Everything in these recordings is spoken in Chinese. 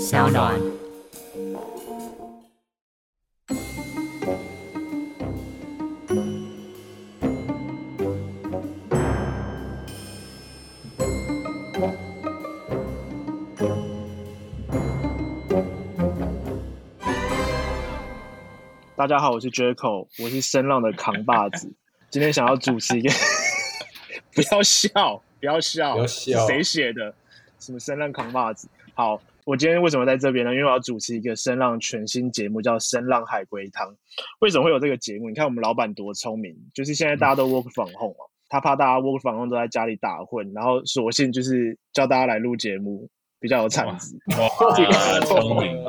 小暖。大家好，我是 Jaco，我是声浪的扛把 子。今天想要主持一个， 不要笑，不要笑，不要笑谁写的？什么声浪扛把子？好，我今天为什么在这边呢？因为我要主持一个声浪全新节目，叫《声浪海龟汤》。为什么会有这个节目？你看我们老板多聪明，就是现在大家都 work from home 嘛，他怕大家 work from home 都在家里打混，然后索性就是叫大家来录节目，比较有产值。 哇，聪明！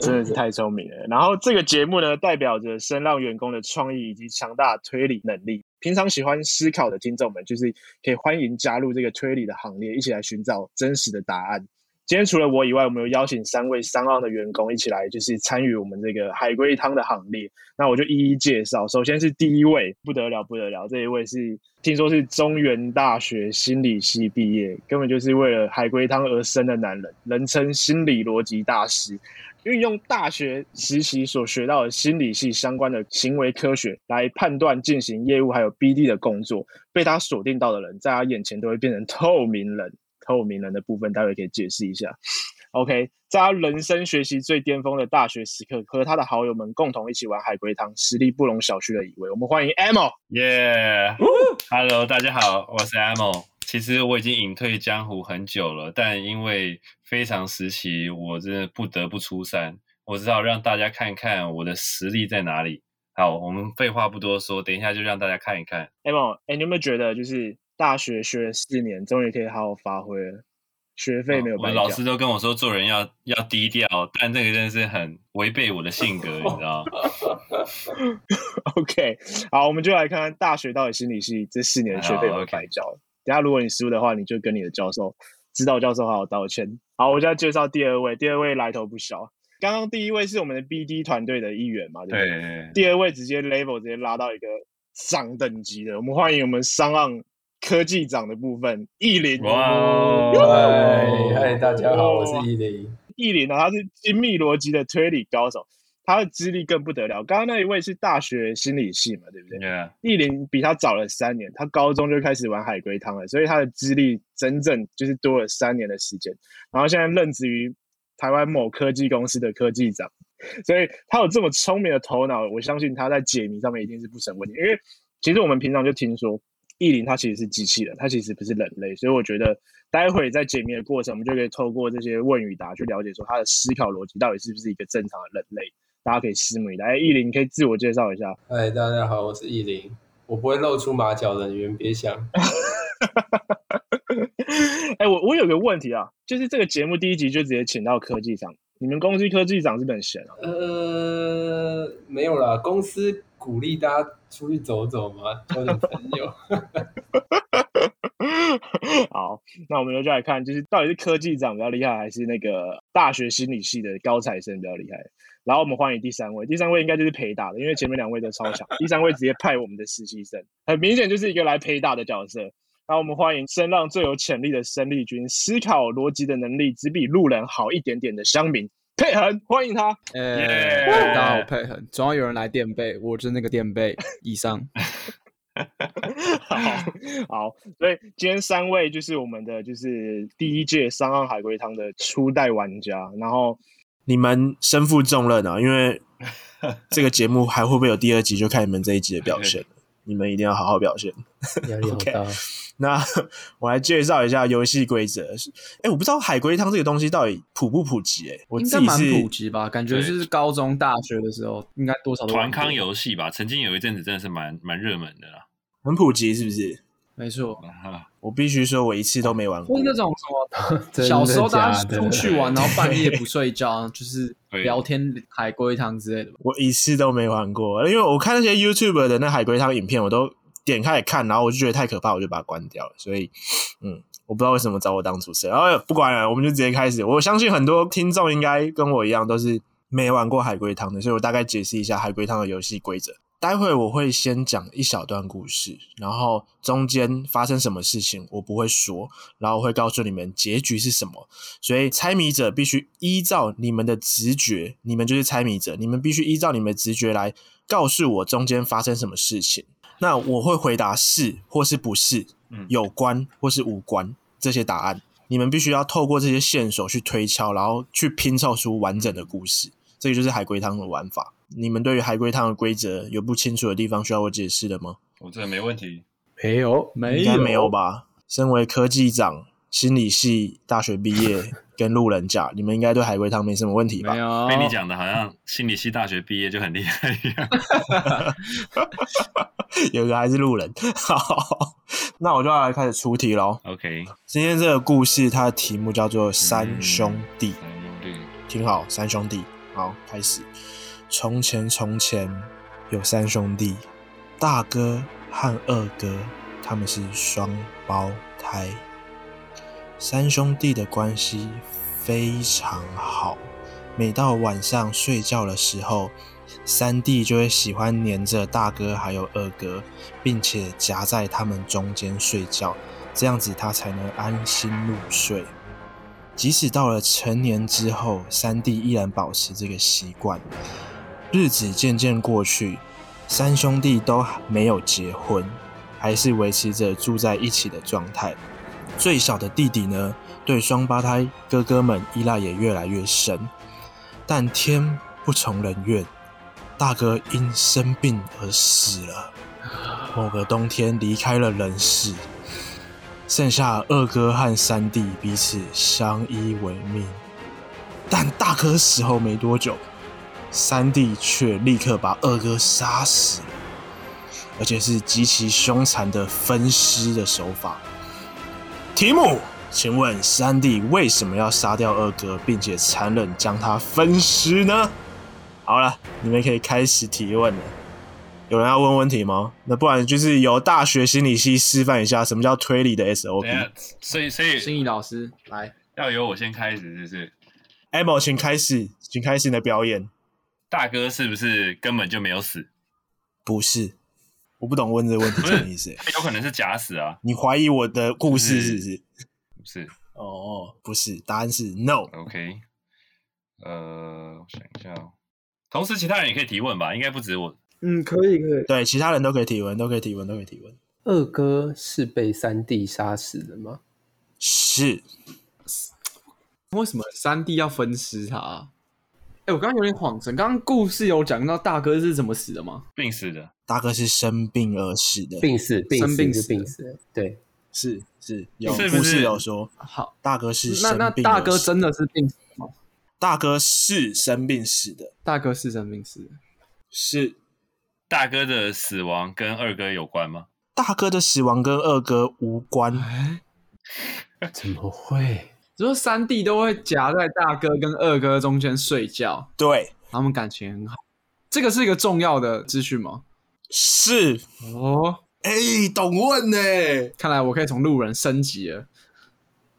真的是太聪明了。然后这个节目呢，代表着声浪员工的创意以及强大的推理能力。平常喜欢思考的听众们，就是可以欢迎加入这个推理的行列，一起来寻找真实的答案。今天除了我以外，我们有邀请三位三浪的员工一起来，就是参与我们这个海龟汤的行列。那我就一一介绍。首先是第一位，不得了，不得了，这一位是听说是中原大学心理系毕业，根本就是为了海龟汤而生的男人，人称心理逻辑大师。运用大学实习所学到的心理系相关的行为科学来判断进行业务还有 BD 的工作，被他锁定到的人，在他眼前都会变成透明人。 透明人的部分，待会可以解释一下。OK，在他人生学习最巅峰的大学时刻，和他的好友们共同一起玩海龟汤，实力不容小觑的一位。我们欢迎 Amo。耶、h e l l o 大家好，我是 Amo。其实我已经隐退江湖很久了，但因为非常时期，我真的不得不出山。我只好让大家看看我的实力在哪里。好，我们废话不多说，等一下就让大家看一看。 Amo，哎、你有没有觉得就是大学学了四年，终于可以好好发挥了？学费没有我白们交。老师都跟我说做人要要低调，但这个真的是很违背我的性格，你知道吗？ OK，好，我们就来看看大学到底心理系这四年的学费有没好有，OK 白交。等下如果你输的话，你就跟你的教授、指导教授好好道歉。好，我现在介绍第二位，第二位来头不小。刚刚第一位是我们的 BD 团队的一员嘛，对不对？对，第二位直接 level 直接拉到一个上等级的，我们欢迎我们商岸科技长的部分意林。哇嗨哦，嗨，大家好，我是依林。意林啊呢，他是精密逻辑的推理高手，他的资历更不得了。刚刚那一位是大学心理系嘛，对不对？ Yeah，意林比他早了三年，他高中就开始玩海龟汤了，所以他的资历整整就是多了三年的时间。然后现在任职于台湾某科技公司的科技长，所以他有这么聪明的头脑，我相信他在解谜上面一定是不成问题。因为其实我们平常就听说意林他其实是机器人，他其实不是人类，所以我觉得待会在解谜的过程，我们就可以透过这些问与答去了解说他的思考逻辑到底是不是一个正常的人类。大家可以拭目以待。哎，意林，你可以自我介绍一下。嗨，大家好，我是依林。我不会露出马脚的，你们别想。 哎、我我有个问题啊，就是这个节目第一集就直接请到科技长，你们公司科技长是不是很闲 啊？呃，没有啦，公司鼓励大家出去走走嘛，交点朋友。好，那我们就来看，就是到底是科技长比较厉害，还是那个大学心理系的高材生比较厉害？然后我们欢迎第三位，第三位应该就是陪打的，因为前面两位都超强，第三位直接派我们的实习生，很明显就是一个来陪打的角色。那我们欢迎声浪最有潜力的生力军，思考逻辑的能力只比路人好一点点的乡民佩恒，欢迎他。Yeah 哎，大家好，我佩恒，总要有人来垫背，我就是那个垫背以上。 好，好，所以今天三位就是我们的就是第一届三岸海龟汤的初代玩家，然后你们身负重任啊，因 为这个节目还会不会有第二集，就看你们这一集的表现 了，你们一定要好好表现。压力好大。那 我来介绍一下游戏规则。哎，我不知道海龟汤这个东西到底普不普及、诶我应自该己蛮是普及吧？感觉是高中、大学的时候，应该多少都团玩过康，游戏吧，曾经有一阵子真的是蛮蛮热门的啦。很普及，是不是？没错，我必须说，我一次都没玩就过是。那种 什么真的小时候大假家的出去玩，然后半夜不 睡觉，就是对啊聊天海龟汤之类的吧。我一次都没玩过，因为我看那些 YouTube 的那海龟汤影片，我都点开来看，然后我就觉得太可怕，我就把它关掉了。所以，嗯，我不知道为什么找我当主持人。然后不管了，我们就直接开始。我相信很多听众应该跟我一样，都是没玩过海龟汤的，所以我大概解释一下海龟汤的游戏规则。待会我会先讲一小段故事，然后中间发生什么事情我不会说，然后我会告诉你们结局是什么。所以猜谜者必须依照你们的直觉，你们就是猜谜者，你们必须依照你们的直觉来告诉我中间发生什么事情。那我会回答是或是不是 嗯，有关或是无关这些答案。你们必须要透过这些线索去推敲，然后去拼凑出完整的故事。这个就是海龟汤的玩法。你们对于海龟汤的规则有不清楚的地方需要我解释的吗？我这没问题。没有，没应该有，没有？吧。哎身为科技长、心理系大学毕 业跟路人甲，你们应该对海龟汤没什么问题吧没？有，被你讲的好像心理系大学毕业就很厉害一 样。 有个还是路人。 好，那我就要来开始出题喽。 OK，今天这个故事它的题目叫做《三兄弟》。三兄弟，听好，三兄弟，好，开始。从前，从前有三兄弟，大哥和二哥，他们是双胞胎。三兄弟的关系非常好，每到晚上睡觉的时候，三弟就会喜欢黏着大哥还有二哥，并且夹在他们中间睡觉，这样子他才能安心入睡。即使到了成年之后，三弟依然保持这个习惯。日子渐渐过去，三兄弟都没有结婚，还是维持着住在一起的状态。最小的弟弟呢，对双胞胎哥哥们依赖也越来越深。但天不从人愿，大哥因生病而死了。某个冬天离开了人世，剩下二哥和三弟彼此相依为命。但大哥死后没多久，三弟却立刻把二哥杀死了，而且是极其凶残的分尸的手法。题目，请问三弟为什么要杀掉二哥，并且残忍将他分尸呢？好了，你们可以开始提问了。有人要问问题吗？那不然就是由大学心理系示范一下什么叫推理的等一 SOP。下，所以所以心仪老师来，要由我先开始，就是。 Amo，请开始，请开始你的表演。大哥是不是根本就没有死？不是，我不懂问这个问题不是什么意思。欸他有可能是假死啊？你怀疑我的故事嗯是不是？不是哦，不是，答案是 no。 ，OK。呃，我想一下、哦。同时，其他人也可以提问吧，应该不止我。嗯，可以可以。对，其他人都可以提问，都可以提问，都可以提问。 二哥是被三弟杀死的吗？是，为什么三弟要分尸他啊？哎、我刚刚有点恍神，刚刚故事有讲到大哥是怎么死的吗？病死的，大哥是生病而死的。病死，病生死病就死病死。对，是是，有是不故事是有说，好，大哥是那生那病大而哥死真的是病死的吗？大哥是生病死的，大哥是真病死的，是大哥的死亡跟二哥有关吗？大哥的死亡跟二哥无关。哎，怎么会？只是三弟都会夹在大哥跟二哥中间睡觉，对，他们感情很好，这个是一个重要的资讯吗？是。哦，哎、懂问呢、看来我可以从路人升级了。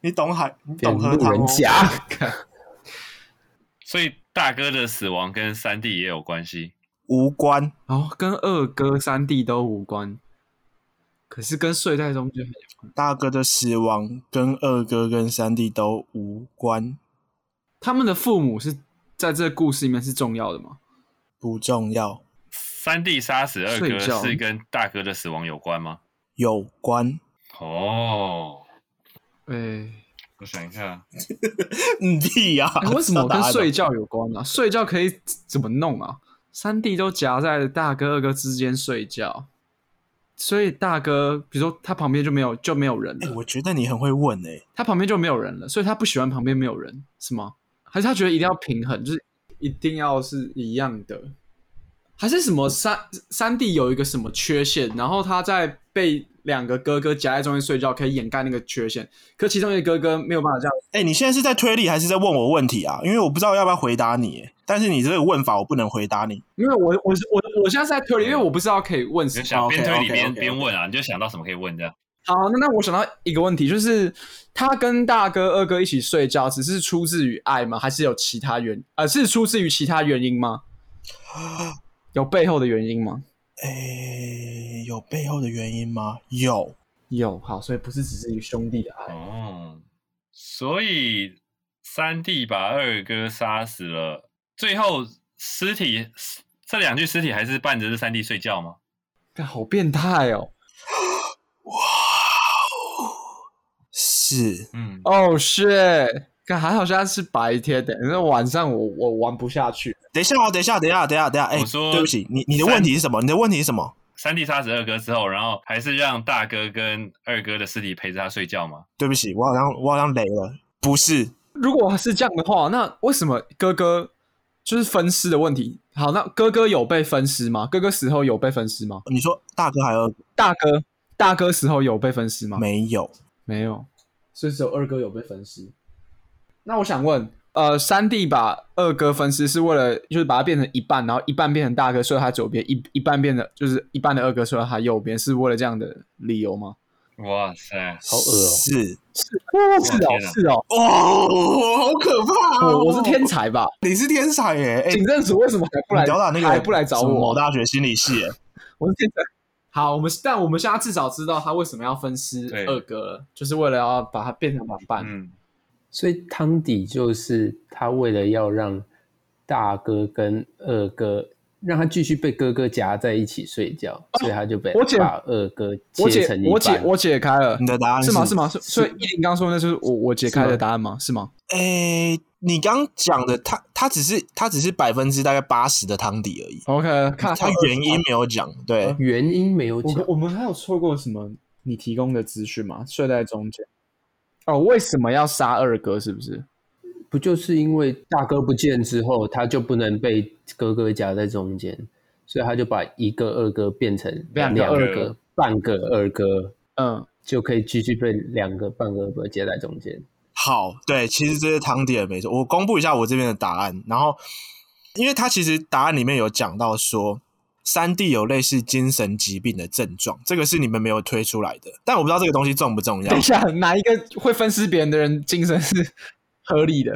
你懂海，你变懂河路塘、人哦。甲，所以大哥的死亡跟三弟也有关系。无关，哦，跟二哥、三弟都无关，可是跟睡在中间很有关。大哥的死亡跟二哥跟三弟都无关，他们的父母是在这个故事里面是重要的吗？不重要，三弟杀死二睡哥觉是跟大哥的死亡有关吗？有 关。哦，哎、我想一下，嗯屁 呀、哎为什么知道答跟案了睡觉有关呢、睡觉可以怎么弄啊？三弟都夹在大哥、二哥之间睡觉，所以大哥，比如说他旁边就没有就没有人哎、了，我觉得你很会问哎、他旁边就没有人了，所以他不喜欢旁边没有人，是吗？还是他觉得一定要平衡，就是一定要是一样的？还是什么三三弟有一个什么缺陷，然后他在被两个哥哥夹在中间睡觉，可以掩盖那个缺陷，可其中一个哥哥没有办法这样。哎、你现在是在推理还是在问我问题啊？因为我不知道要不要回答你、欸，但是你这个问法我不能回答你。因为我我我我现在是在推理，因为我不知道可以问你什就么。想边推理 OK，OK，OK，边哦 OK 边问啊，你就想到什么可以问这样。好，那那我想到一个问题，就是他跟大哥、二哥一起睡觉，只是出自于爱吗？还是有其 他原？呃，是出自于其他原因吗？有背后的原因吗？诶，哎有背后的原因吗？有，有好，所以不是只是一个兄弟的啊爱。哦，所以三弟把二哥杀死了，最后尸体这两具尸体还是伴着这三弟睡觉吗？但好变态哦！是嗯，哦、是，shit！干还好现在是白天的，因为晚上我我玩不下去。等一下啊，等一下，等一下，等一下，等一下，哎、我说对不起，你你的问题是什么？你的问题是什么？三弟杀死二哥之后，然后还是让大哥跟二哥的尸体陪着他睡觉吗？对不起，我好像我好像雷了，不是，如果是这样的话，那为什么哥哥就是分尸的问题？好，那哥哥有被分尸吗？哥哥死后有被分尸吗？你说大哥还有大哥，大哥死后有被分尸吗？没有？没有，所以只有二哥有被分尸。那我想问，呃，三弟把二哥分尸是为了就是把它变成一半，然后一半变成大哥睡在他左边，一一半变得就是一半的二哥睡在他右边，是为了这样的理由吗？哇塞，好恶哦是是哦天，哪是哦，哦，好可怕、哦！我我是天，才吧？你是天才耶！哎、警政署为什么还不来？你吊打那个还不来找什么某我？大学心理系耶，我是天才。好，我们但我们现在至少知道他为什么要分尸对二哥了，就是为了要把它变成两半。嗯，所以汤底就是他为了要让大哥跟二哥让他继续被哥哥夹在一起睡觉，所以他就被啊我解把二哥我切解成一半。我解我解开了你，的答案是吗？吗？是吗？是所以依林刚说那就是我我解开的答案吗？是吗？哎、你刚讲的，他他只是他只是百分之大概八十的汤底而已， OK，看他原因没有讲。对，原因没有我讲们，我们还有错过什么你提供的资讯吗？睡在中间。哦，为什么要杀二哥？是不是？不就是因为大哥不见之后，他就不能被哥哥夹在中间，所以他就把一个二哥变成两个两个二哥半个二哥，嗯，就可以继续被两个半个二哥夹在中间。好，对，其实这是汤底的没错。我公布一下我这边的答案，然后因为他其实答案里面有讲到说。三弟有类似精神疾病的症状，这个是你们没有推出来的，但我不知道这个东西重不重要等一。下，哪一个会分尸别人的人精神是合理的？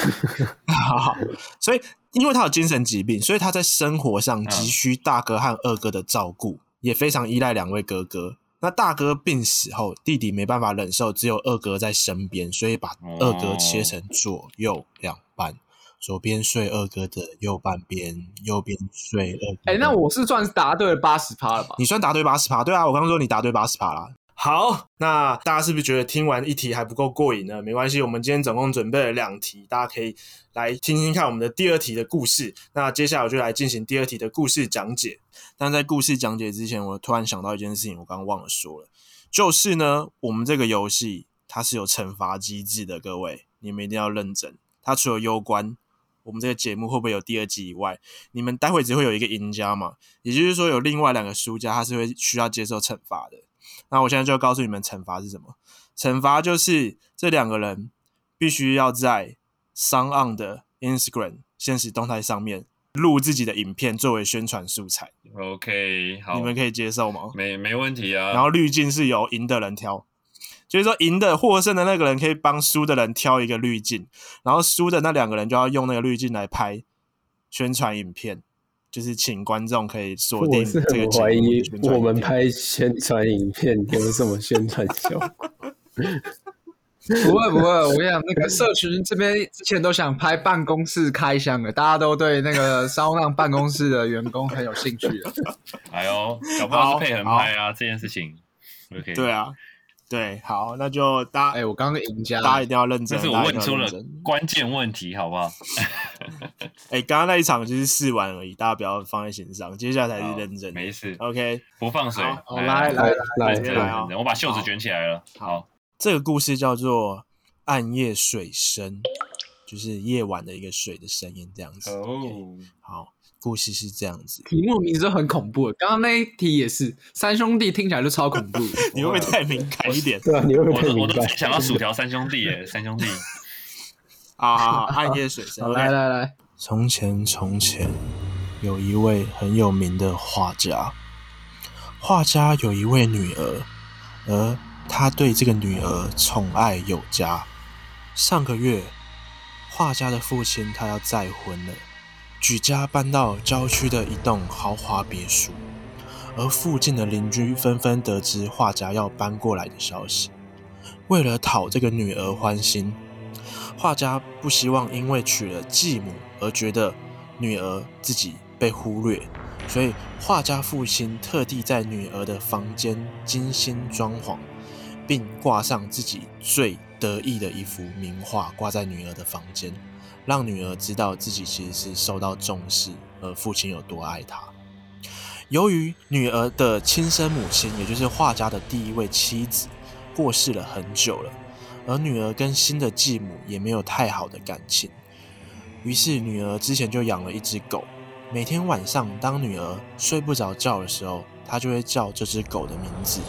好好，所以因为他有精神疾病，所以他在生活上急需大哥和二哥的照顾，也非常依赖两位哥哥。那大哥病死后，弟弟没办法忍受只有二哥在身边，所以把二哥切成左右两半，左边睡二哥的右半边，右边睡二哥的。哎、那我是算答对了八十趴了吧？你算答对八十趴，对啊，我刚刚说你答对八十趴啦。好，那大家是不是觉得听完一题还不够过瘾呢？没关系，我们今天总共准备了两题，大家可以来听听看我们的第二题的故事。那接下来我就来进行第二题的故事讲解。但在故事讲解之前，我突然想到一件事情，我刚刚忘了说了，就是呢，我们这个游戏它是有惩罚机制的，各位，你们一定要认真。它除了攸关我们这个节目会不会有第二季以外，你们待会只会有一个赢家嘛，也就是说，有另外两个输家，他是会需要接受惩罚的。那我现在就要告诉你们，惩罚是什么？惩罚就是这两个人必须要在 s o n 的 Instagram 现实动态上面录自己的影片作为宣传素材， ，OK，好，你们可以接受吗？没没问题啊。然后滤镜是由赢的人挑，就是说赢的获胜的那个人可以帮输的人挑一个滤镜，然后输的那两个人就要用那个滤镜来拍宣传影片，就是请观众可以锁定我是这个很节目怀疑的宣传我们影片拍宣传影片有什么宣传效果。 不会不会，我跟你讲，那个社群这边之前都想拍办公室开箱的，大家都对那个骚浪办公室的员工很有兴趣的。哎呦，搞不好是配合拍啊这件事情。OK，对啊，对，好，那就大哎、家、我刚刚赢家了，大家一定要认真，这是大哎家我一定问要出了认真关键问题，好不好？哎、刚刚那一场就是试玩而已，大家不要放在心上，接下来才好是认真的。没事， OK，不放水。好来来来直接来，来啊我把袖子卷起来了。好，这个故事叫做《暗夜水声》，就是夜晚的一个水的声音这样子。OK，哦，好，故事是这样子。题目名字都很恐怖的，刚刚那一题也是三兄弟，听起来就超恐怖的。你会不会太敏感一 点？对啊，你会不我会太都我明都白？想到薯条三兄弟耶， 三兄弟。啊，好好暗夜水声。好 OK 来来来，从前，从前有一位很有名的画家，画家有一位女儿，而他对这个女儿宠爱有加。上个月，画家的父亲他要再婚了，举家搬到郊区的一栋豪华别墅，而附近的邻居纷纷得知画家要搬过来的消息。为了讨这个女儿欢心，画家不希望因为娶了继母而觉得女儿自己被忽略，所以画家父亲特地在女儿的房间精心装潢，并挂上自己最得意的一幅名画挂在女儿的房间，让女儿知道自己其实是受到重视，而父亲有多爱她。由于女儿的亲生母亲，也就是画家的第一位妻子，过世了很久了，而女儿跟新的继母也没有太好的感情，于是女儿之前就养了一只狗，每天晚上当女儿睡不着觉的时候，她就会叫这只狗的名字，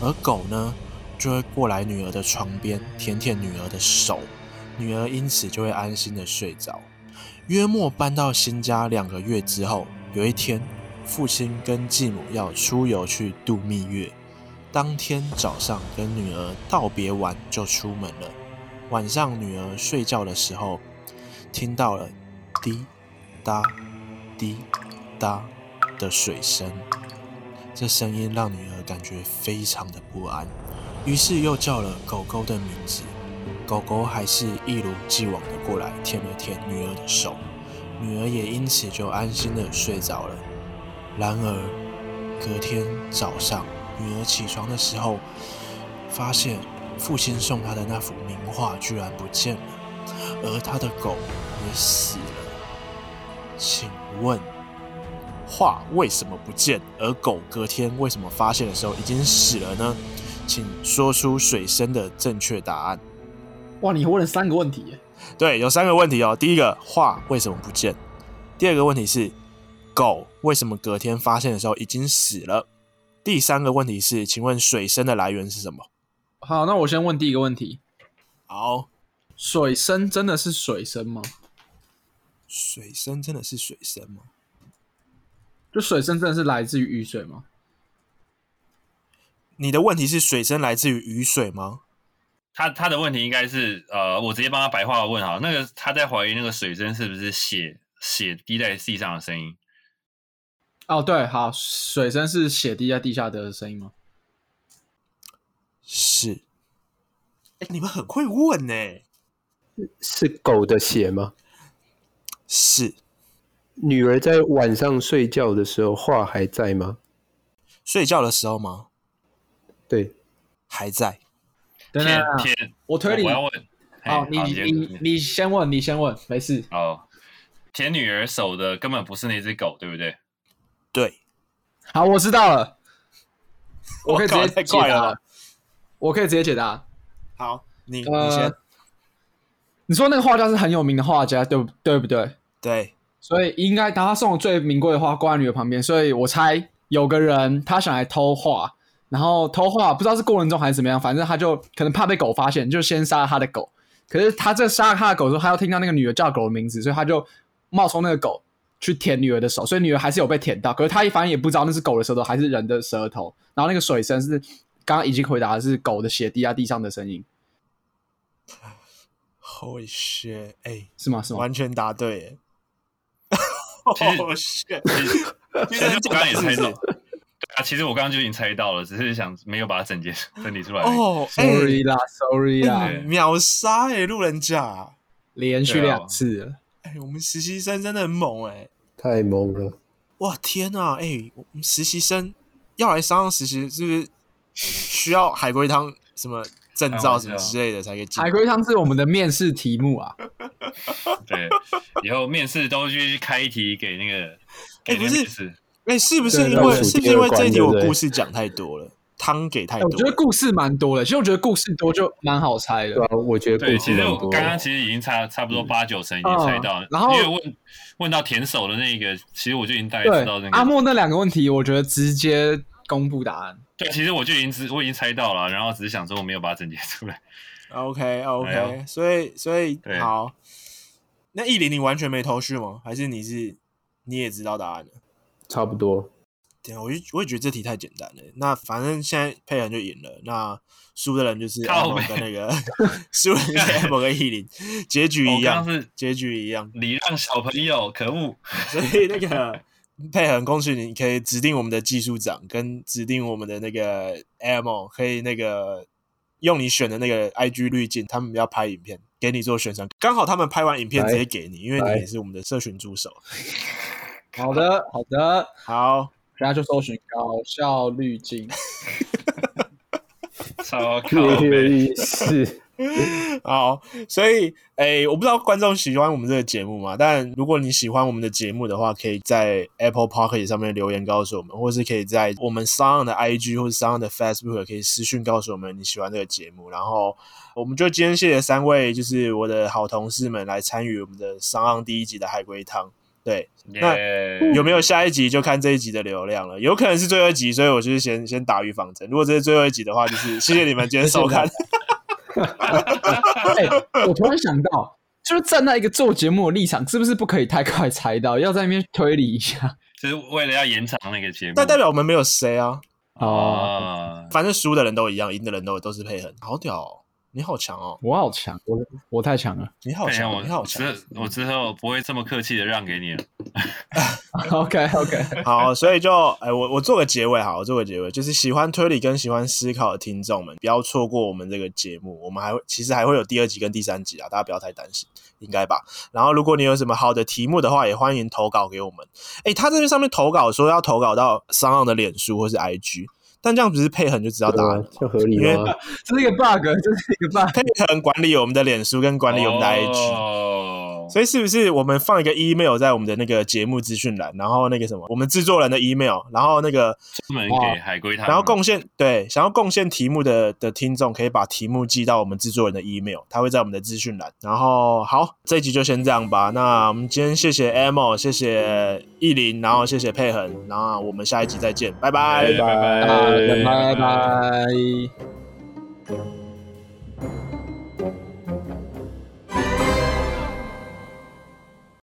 而狗呢就会过来女儿的床边舔舔女儿的手，女儿因此就会安心的睡着。约莫搬到新家两个月之后，有一天，父亲跟继母要出游去度蜜月。当天早上跟女儿道别完就出门了。晚上女儿睡觉的时候，听到了滴答滴答的水声，这声音让女儿感觉非常的不安，于是又叫了狗狗的名字。狗狗还是一如既往的过来舔了舔女儿的手，女儿也因此就安心的睡着了。然而，隔天早上，女儿起床的时候，发现父亲送她的那幅名画居然不见了，而她的狗也死了。请问，画为什么不见？而狗隔天为什么发现的时候已经死了呢？请说出水生的正确答案。哇，你问了三个问题耶，对，有三个问题哦。第一个，画为什么不见？第二个问题是，狗为什么隔天发现的时候已经死了？第三个问题是，请问水声的来源是什么？好，那我先问第一个问题：好，水声真的是水声吗？水声真的是水声吗？就水声真的是来自于雨水吗？你的问题是水声来自于雨水吗？他他的问题应该是，呃，我直接帮他白话问好，那个他在怀疑那个水声是不是血血滴在地上的声音。哦，对，好，水声是血滴在地下的声音吗？是。哎、你们很会问欸呢、是狗的血吗？是，女儿在晚上睡觉的时候，画还在吗？睡觉的时候吗？对，还在。等等天啊等等，天，我啊推理我要问。嘿哦，你好你先你你先问，你先问，没事。好，舔女儿手的根本不是那只狗，对不对？对，好，我知道了，我可以直靠接太解快答了了，我可以直接解答。好，你、你先呃。，你说那个画家是很有名的画家，对不对不对？对，所以应该他送的最名贵的画挂在女儿旁边，所以我猜有个人他想来偷画，然后偷画不知道是过程中还是怎么样，反正他就可能怕被狗发现，就先杀了他的狗。可是他这杀了他的狗之后，他又听到那个女儿叫狗的名字，所以他就冒充那个狗去舔女儿的手，所以女儿还是有被舔到。可是他一反正也不知道那是狗的舌头还是人的舌头。然后那个水声是刚刚已经回答的是狗的血滴在地上的声音， Holy shit！哎、是吗？是吗？完全答对 耶。其 Holy 实 shit！其实 其其实实很我简刚刚单也是不猜是到，对啊，其实我刚刚就已经猜到了，只是想没有把它整结整理出来而已。哦，哎、 Sorry 啦，Sorry 啦，对秒杀哎、路人甲！连续对啊两次了。哎、我们实习生真的很猛哎、太萌了。哇天呐、哎、我们实习生要来商上实习，是不是需要海龟汤什么证照什么之类的才可以进？海龟汤是我们的面试题目啊，对，以后面试都去开一题给那个，给那哎不个是面试。哎、是不是对因为倒数是不第是二因为这一关题对不我对故事讲太多了，汤给太哎我多觉得了？故事蛮多的，其实我觉得故事多就蛮好猜的对。啊，我觉得对，故其事实蛮我多刚的。刚其实已经差差嗯不多八九成已经哦猜到了，嗯然后因为问问到舔手的那个，其实我就已经大概对知道那，个阿莫那两个问题，我觉得直接公布答案。对，其实我就已经知我已经猜到了，然后只是想说我没有把它整结出来。 OK OK，、哎呦所以所以对好，那意林你完全没头绪吗？还是你是你也知道答案的？差不多。等一下我就我也觉得这题太简单了。那反正现在佩兰就赢了，那输的人就是靠 M 北跟那个 输的人就是 M 跟一零，结局一我刚样刚是，结局一样。礼让小朋友，可恶！所以那个佩恒，恭喜你可以指定我们的技术长跟指定我们的那个 AMO，可以那个用你选的那个 IG 滤镜，他们要拍影片给你做宣传。刚好他们拍完影片来直接给你，因为来你也是我们的社群助手。好的，好的，好，大家就搜寻搞笑滤镜。 超靠跃背，欲试，好，所以诶、我不知道观众喜欢我们这个节目嘛，但如果你喜欢我们的节目的话，可以在 Apple Pocket 上面留言告诉我们，或是可以在我们 s o n 的 IG 或者 s o n 的 Facebook 可以私讯告诉我们你喜欢这个节目。然后我们就今天谢谢三位，就是我的好同事们来参与我们的 s o n 第一集的海龟汤。对，那耶！有没有下一集就看这一集的流量了，有可能是最后一集，所以我就是先先打预防针。如果这是最后一集的话，就是 谢谢你们今天收看。哎、我突然想到，就是站在一个做节目的立场，是不是不可以太快猜到，要在那边推理一下？就是为了要延长那个节目，但代表我们没有谁啊，哦，反正输的人都一样，赢的人都都是配合，好屌、哦，你好强哦，我好强，我我太强了。 你好看一下强哎我哦，你好之强哦。我之后不会这么客气的让给你了。 OK OK，好，所以就哎，我我做个结尾，好，我做个结尾，就是喜欢推理跟喜欢思考的听众们，不要错过我们这个节目，我们还会其实还会有第二集跟第三集啊，大家不要太担心，应该吧。然后如果你有什么好的题目的话，也欢迎投稿给我们。哎，他这边上面投稿说要投稿到商浪的脸书或是 IG，但这样不是配合就知道答案了吗，这合理因为吗？ 这是一个 bug，这是一个 bug。配合管理我们的脸书跟管理我们的 IG。哦，所以是不是我们放一个 email 在我们的那个节目资讯栏，然后那个什么，我们制作人的 email，然后那个，专门给海龟汤，然后贡献对想要贡献题目的的听众，可以把题目寄到我们制作人的 email，他会在我们的资讯栏。然后好，这一集就先这样吧。那我们今天谢谢 Amo，谢谢意林，然后谢谢佩恒，然后我们下一集再见，拜拜拜拜啊拜拜。